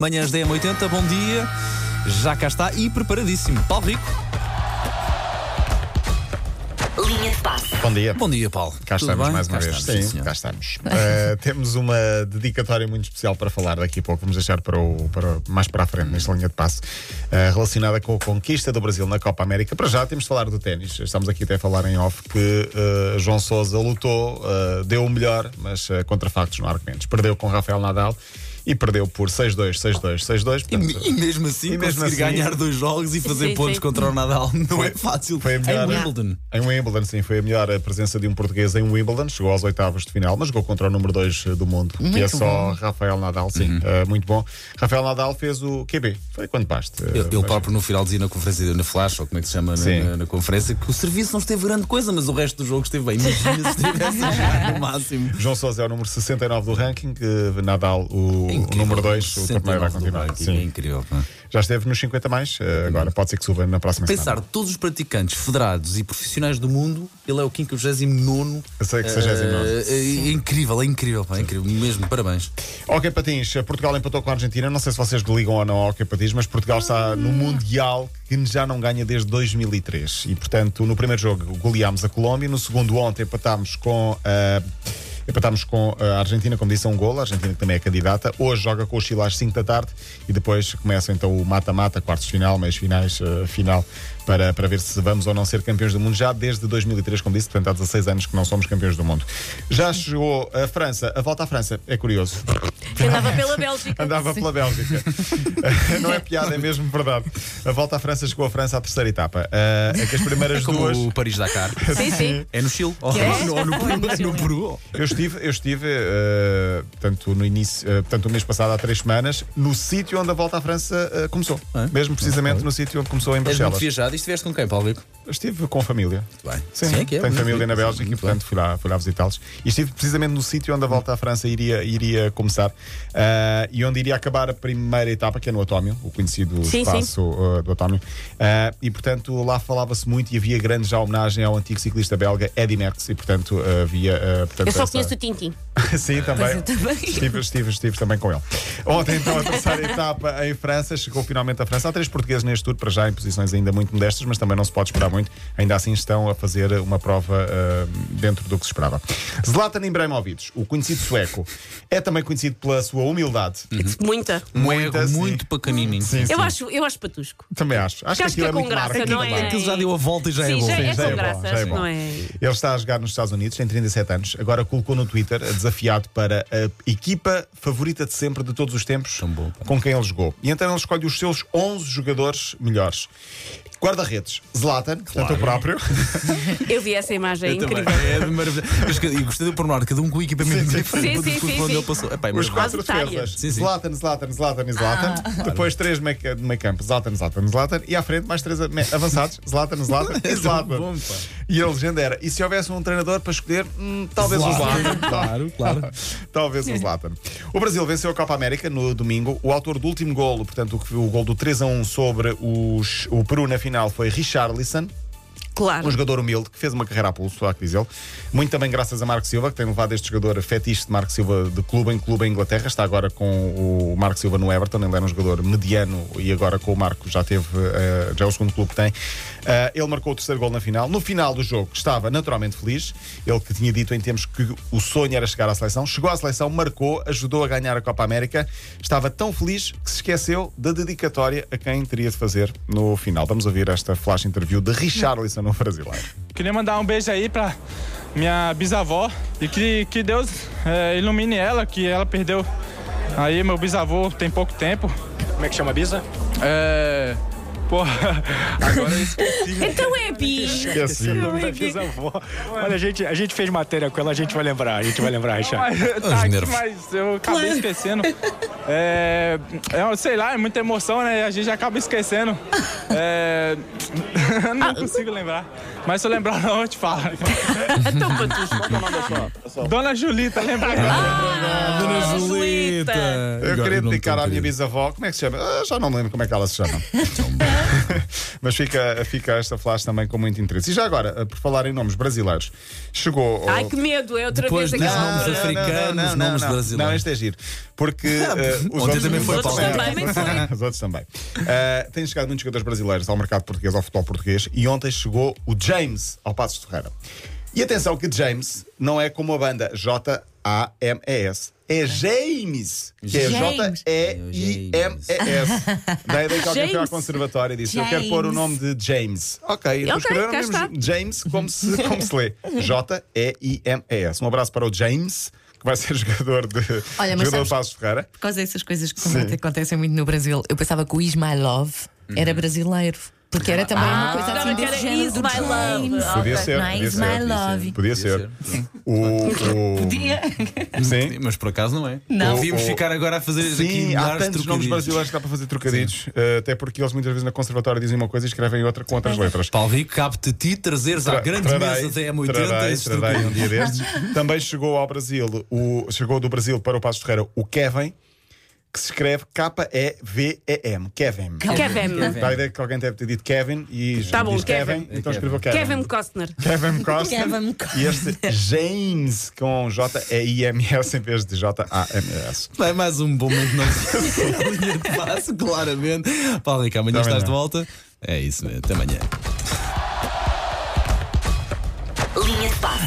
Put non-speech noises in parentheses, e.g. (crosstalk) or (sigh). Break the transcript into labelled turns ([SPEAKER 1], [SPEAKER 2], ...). [SPEAKER 1] Manhãs da M80, bom dia. Já cá está e preparadíssimo. Paulo Rico.
[SPEAKER 2] Linha de passe.
[SPEAKER 3] Bom dia.
[SPEAKER 1] Bom dia, Paulo.
[SPEAKER 3] Cá
[SPEAKER 1] Tudo
[SPEAKER 3] estamos
[SPEAKER 1] bem?
[SPEAKER 3] mais uma
[SPEAKER 1] Cá
[SPEAKER 3] vez.
[SPEAKER 1] estamos, sim, senhor.
[SPEAKER 3] cá estamos. Uh, temos uma dedicatória muito especial para falar daqui a pouco. Vamos deixar para o, para- mais para a frente, nesta linha de passo, uh, relacionada com a conquista do Brasil na Copa América. Para já, temos de falar do ténis. Estamos aqui até a falar em off que uh, João Souza lutou, uh, deu o melhor, mas uh, contra factos, não há argumentos. Perdeu com Rafael Nadal e perdeu por 6-2, 6-2, 6-2. Portanto,
[SPEAKER 1] E, e mesmo assim,
[SPEAKER 3] E mesmo
[SPEAKER 1] conseguir
[SPEAKER 3] assim-
[SPEAKER 1] ganhar dois jogos e fazer
[SPEAKER 4] Sim,
[SPEAKER 1] pontos
[SPEAKER 4] sim.
[SPEAKER 1] contra o Nadal não é fácil.
[SPEAKER 3] foi a melhor-
[SPEAKER 1] em Wimbledon.
[SPEAKER 3] Em Wimbledon, sim, foi a melhor eh, presença de um português em Wimbledon. Chegou aos oitavos de final, mas jogou contra o número 2 do mundo, que é só Rafael Nadal. Sim,
[SPEAKER 1] Uhum.
[SPEAKER 3] eh, muito bom. Rafael Nadal fez o QB. Foi quando baste. eh,
[SPEAKER 1] Ele, ele
[SPEAKER 3] mas-
[SPEAKER 1] próprio no final dizia na conferência, na flash, ou como é que se chama, na,
[SPEAKER 3] Sim.
[SPEAKER 1] na- na conferência, que o serviço não esteve grande coisa, mas o resto do jogo esteve bem. Imagina se tivesse (laughs) jogado no máximo.
[SPEAKER 3] João Sousa é o número 69 do ranking, eh, Nadal o, o número 2, o torneio
[SPEAKER 1] 69
[SPEAKER 3] vai
[SPEAKER 1] do
[SPEAKER 3] continuar.
[SPEAKER 1] ranking, É
[SPEAKER 3] Sim.
[SPEAKER 1] incrível. não é?
[SPEAKER 3] Já esteve nos 50 mais, eh, agora pode ser que suba na próxima
[SPEAKER 1] Pensar
[SPEAKER 3] semana.
[SPEAKER 1] todos os praticantes federados e profissionais do mundo, ele é o 59.
[SPEAKER 3] Eu sei que 69.
[SPEAKER 1] É, é incrível, é incrível, pá, é incrível mesmo, parabéns.
[SPEAKER 3] Hockey Patins, Portugal empatou com a Argentina. Não sei se vocês ligam ou não ao Hockey Patins, mas Portugal está no Mundial que já não ganha desde 2003. E, portanto, no primeiro jogo goleámos a Colômbia, no segundo ontem empatámos com a. Empatámos com a Argentina, como disse, a um gol. A Argentina que também é candidata. Hoje joga com o Chile às 5 da tarde e depois começa então o mata-mata, quartos de final, meios finais, eh, final, para, para ver se vamos ou não ser campeões do mundo. Já desde 2003, como disse, portanto há 16 anos que não somos campeões do mundo. Já chegou a França, a volta à França. É curioso.
[SPEAKER 4] Eu andava pela Bélgica.
[SPEAKER 3] Andava
[SPEAKER 1] (laughs)
[SPEAKER 3] pela Bélgica. não é piada, é mesmo verdade. A volta à França chegou a França à terceira etapa. Ah, é que as
[SPEAKER 1] (laughs)
[SPEAKER 3] primeiras
[SPEAKER 1] Como
[SPEAKER 3] duas. (laughs)
[SPEAKER 1] o Paris Dakar.
[SPEAKER 4] Sim, sim.
[SPEAKER 1] É no Chile. Ou,
[SPEAKER 4] É?
[SPEAKER 1] no, ou no Peru.
[SPEAKER 4] No
[SPEAKER 1] é no
[SPEAKER 4] Chile.
[SPEAKER 1] Peru.
[SPEAKER 3] Eu estive, eu estive ah, portanto, no início, ah, portanto, o mês passado, há três semanas, no sítio onde a volta à França ah, começou.
[SPEAKER 1] Ah,
[SPEAKER 3] Mesmo precisamente no sítio onde começou em
[SPEAKER 1] És muito
[SPEAKER 3] Bruxelas.
[SPEAKER 1] viajado. E estiveste com quem, Paulo Rico?
[SPEAKER 3] Estive com a família.
[SPEAKER 1] Muito bem.
[SPEAKER 3] Sim,
[SPEAKER 1] Sim, é que é.
[SPEAKER 3] tenho
[SPEAKER 1] Muito
[SPEAKER 3] família
[SPEAKER 1] bem.
[SPEAKER 3] na Bélgica e,
[SPEAKER 1] Muito
[SPEAKER 3] portanto, fui lá, fui lá visitá-los. E estive precisamente no sítio onde a volta à França iria, iria começar ah, e onde iria acabar a primeira etapa, que é no Atómio, o conhecido
[SPEAKER 4] Sim,
[SPEAKER 3] espaço ah, do Atómio. Ah, e, portanto, lá falava-se muito e havia grande já homenagem ao antigo ciclista belga Eddy Merckx. E, portanto, havia. ah, portanto,
[SPEAKER 4] Eu só
[SPEAKER 3] essa-
[SPEAKER 4] conheço o Tintin.
[SPEAKER 3] (laughs) Sim, também.
[SPEAKER 4] eu também.
[SPEAKER 3] Estive, estive, estive também com ele. Ontem, então, a terceira etapa em França, chegou finalmente a França. Há três portugueses neste tour, para já em posições ainda muito modestas, mas também não se pode esperar muito. Ainda assim, estão a fazer uma prova ah, dentro do que se esperava. Zlatan Ibrahimovic, o conhecido sueco, é também conhecido pela sua humildade.
[SPEAKER 4] Muita.
[SPEAKER 1] Um
[SPEAKER 3] Muita,
[SPEAKER 1] ego
[SPEAKER 3] sim.
[SPEAKER 1] muito pequenininho.
[SPEAKER 3] assim. Sim, sim.
[SPEAKER 4] Eu acho, eu acho patusco.
[SPEAKER 3] Também acho. Acho
[SPEAKER 4] Acho
[SPEAKER 3] que
[SPEAKER 4] que
[SPEAKER 3] aquilo
[SPEAKER 4] é
[SPEAKER 3] é
[SPEAKER 4] com
[SPEAKER 3] muito
[SPEAKER 4] graça,
[SPEAKER 3] marketing
[SPEAKER 4] não
[SPEAKER 3] também.
[SPEAKER 4] é?
[SPEAKER 1] Aquilo já deu a volta e já é
[SPEAKER 4] Sim,
[SPEAKER 1] bom.
[SPEAKER 4] já
[SPEAKER 3] Sim,
[SPEAKER 4] é
[SPEAKER 3] já
[SPEAKER 4] com
[SPEAKER 3] bom,
[SPEAKER 4] graça,
[SPEAKER 3] já
[SPEAKER 4] acho que
[SPEAKER 3] bom.
[SPEAKER 4] não é.
[SPEAKER 3] Ele está a jogar nos Estados Unidos, tem 37 anos, agora colocou no Twitter, eh, desafiado para a equipa favorita de sempre de todos os tempos
[SPEAKER 1] Tão bom, pá.
[SPEAKER 3] com quem ele jogou. E então ele escolhe os seus 11 jogadores melhores. Guarda-redes, Zlatan, portanto o próprio.
[SPEAKER 4] Eu vi essa imagem, é
[SPEAKER 1] Eu também.
[SPEAKER 4] incrível.
[SPEAKER 1] É de maravilha. Mas que- e gostei do pormenor, cada um com o equipamento
[SPEAKER 3] Sim, sim.
[SPEAKER 1] diferente.
[SPEAKER 4] Sim,
[SPEAKER 1] quando
[SPEAKER 4] sim,
[SPEAKER 1] discute
[SPEAKER 4] sim,
[SPEAKER 1] quando ele
[SPEAKER 4] sim.
[SPEAKER 1] passou. Epá, é
[SPEAKER 3] Os
[SPEAKER 1] maravilhoso.
[SPEAKER 3] quatro Ah.
[SPEAKER 4] Quase itália.
[SPEAKER 3] defesas.
[SPEAKER 1] Sim, sim.
[SPEAKER 3] Zlatan, Zlatan, Zlatan e Zlatan. Depois três de meio ca- de meio campo. Zlatan, Zlatan, Zlatan. E à frente mais três a- me- avançados. Zlatan, Zlatan e Zlatan.
[SPEAKER 1] bom, pá.
[SPEAKER 3] E a legenda era: e se houvesse um treinador para escolher, hum, talvez o Zlatan.
[SPEAKER 1] Claro, claro.
[SPEAKER 3] Talvez o Zlatan. O Brasil venceu a Copa América no domingo. O autor do último golo, portanto, o que- o gol do 3 a 1 sobre os- o Peru na final foi Richarlison.
[SPEAKER 4] Claro.
[SPEAKER 3] Um jogador humilde que fez uma carreira a pulso, há que dizê-lo. Muito também graças a Marco Silva, que tem levado este jogador fetiche de Marco Silva de clube em clube em Inglaterra. Está agora com o Marco Silva no Everton, ele era um jogador mediano e agora com o Marco já teve, eh, já é o segundo clube que tem. Eh, ele marcou o terceiro gol na final. No final do jogo estava naturalmente feliz. Ele que tinha dito em tempos que o sonho era chegar à seleção. Chegou à seleção, marcou, ajudou a ganhar a Copa América. Estava tão feliz que se esqueceu da dedicatória a quem teria de fazer no final. Vamos ouvir esta flash interview de Richarlison no Brasileiro.
[SPEAKER 5] Queria mandar um beijo aí pra minha bisavó e que, que Deus eh, ilumine ela, que ela perdeu aí meu bisavô tem pouco tempo.
[SPEAKER 6] Como é que chama a Bisa?
[SPEAKER 5] É. Porra, agora eu esqueci.
[SPEAKER 4] Então é bi.
[SPEAKER 3] Esqueci.
[SPEAKER 6] Minha bisavó. Olha, a gente, a gente fez matéria com ela, a gente vai lembrar, a gente vai lembrar, Richard.
[SPEAKER 5] Mas, tá aqui,
[SPEAKER 1] nervos.
[SPEAKER 5] mas eu acabei esquecendo. É, eu sei lá, é muita emoção, né? A gente acaba esquecendo. É, (laughs) não consigo lembrar. Mas se eu lembrar, (laughs) não, eu te falo.
[SPEAKER 4] Então patusco.
[SPEAKER 5] Dona Julita, lembrei.
[SPEAKER 1] Dona
[SPEAKER 4] Ah,
[SPEAKER 1] Julita.
[SPEAKER 4] Julita.
[SPEAKER 3] Eu queria dedicar à minha bisavó, como é que se chama? Ah, já não me lembro como é que ela se chama. Mas fica, fica esta flash também com muito interesse. E já agora, por falar em nomes brasileiros, chegou. ao-
[SPEAKER 4] Ai, que medo, é outra
[SPEAKER 1] Depois
[SPEAKER 4] vez
[SPEAKER 1] dos
[SPEAKER 4] aquela
[SPEAKER 1] nomes
[SPEAKER 4] altura.
[SPEAKER 1] africanos, nomes
[SPEAKER 3] não,
[SPEAKER 1] brasileiros.
[SPEAKER 3] Não, este é giro.
[SPEAKER 1] (laughs)
[SPEAKER 3] Porque eh, os
[SPEAKER 1] Ontem
[SPEAKER 3] outros
[SPEAKER 1] também foi
[SPEAKER 4] Os outros
[SPEAKER 1] Paulo.
[SPEAKER 4] também foi.
[SPEAKER 3] Os outros também. Eh, têm chegado muitos jogadores brasileiros ao mercado português, ao futebol português, e ontem chegou o James ao Passos Ferreira. E atenção que James não é como a banda J-A-M-E-S. É James, que é
[SPEAKER 7] James.
[SPEAKER 3] J-E-I-M-E-S.
[SPEAKER 1] (laughs)
[SPEAKER 3] Daí daí que alguém foi ao
[SPEAKER 4] James.
[SPEAKER 3] conservatório e disse: Eu quero
[SPEAKER 7] James.
[SPEAKER 3] pôr o nome de James. Ok, então
[SPEAKER 4] Ok,
[SPEAKER 3] escreveram
[SPEAKER 4] cá
[SPEAKER 3] mesmo
[SPEAKER 4] está.
[SPEAKER 3] James, como se, como se lê. J-E-I-M-E-S. Um abraço para o James, que vai ser (laughs) jogador de,
[SPEAKER 7] Olha, mas
[SPEAKER 3] jogador
[SPEAKER 7] sabes-
[SPEAKER 3] de Passos Ferreira.
[SPEAKER 7] Por causa dessas coisas que acontecem muito no Brasil, eu pensava que o Is My Love era brasileiro. Porque era também uma coisa
[SPEAKER 4] pensava
[SPEAKER 7] assim
[SPEAKER 4] Uhum. Ah, que
[SPEAKER 7] desse
[SPEAKER 4] era
[SPEAKER 7] género
[SPEAKER 4] Is
[SPEAKER 7] do
[SPEAKER 4] My
[SPEAKER 7] James.
[SPEAKER 4] Love.
[SPEAKER 3] Podia
[SPEAKER 4] Ok.
[SPEAKER 3] ser.
[SPEAKER 7] Não
[SPEAKER 3] podia
[SPEAKER 7] é Is
[SPEAKER 3] ser,
[SPEAKER 7] My
[SPEAKER 3] podia ser,
[SPEAKER 7] love.
[SPEAKER 3] Podia ser. O, o- Sim.
[SPEAKER 1] Mas por acaso não é.
[SPEAKER 7] Não.
[SPEAKER 1] Ouvimos
[SPEAKER 3] O- o-
[SPEAKER 1] ficar agora a fazer aqui
[SPEAKER 3] Sim,
[SPEAKER 1] milhares de
[SPEAKER 3] há tantos nomes
[SPEAKER 1] trocadilhos.
[SPEAKER 3] brasileiros que dá para fazer trocadilhos, eh, até porque eles muitas vezes na conservatória dizem uma coisa e escrevem outra com outras letras.
[SPEAKER 1] Paulo Rico, cabe-te a ti trazeres à grande
[SPEAKER 3] Trarai,
[SPEAKER 1] mesa da M80
[SPEAKER 3] trarai,
[SPEAKER 1] esses
[SPEAKER 3] trarai um
[SPEAKER 1] trocadilhos.
[SPEAKER 3] dia destes. Também chegou ao Brasil, o, chegou do Brasil para o Passo Ferreira o Kevin, que se escreve K-E-V-E-M. Kevin.
[SPEAKER 4] Kevin.
[SPEAKER 3] Dá a ideia que alguém deve ter dito Kevin e
[SPEAKER 4] Tá bom,
[SPEAKER 3] diz Kevin,
[SPEAKER 4] Kevin.
[SPEAKER 3] então escreveu Kevin.
[SPEAKER 4] Kevin Costner.
[SPEAKER 3] Kevin Costner.
[SPEAKER 7] Kevin Costner.
[SPEAKER 3] E este James com J-E-I-M-S em vez de J-A-M-S.
[SPEAKER 1] É mais um bom momento
[SPEAKER 3] (laughs)
[SPEAKER 1] não linha de passo, claramente. Paulo Rico, amanhã
[SPEAKER 3] Até
[SPEAKER 1] estás
[SPEAKER 3] amanhã.
[SPEAKER 1] de volta. É isso mesmo. Até amanhã.
[SPEAKER 2] Linha de passe.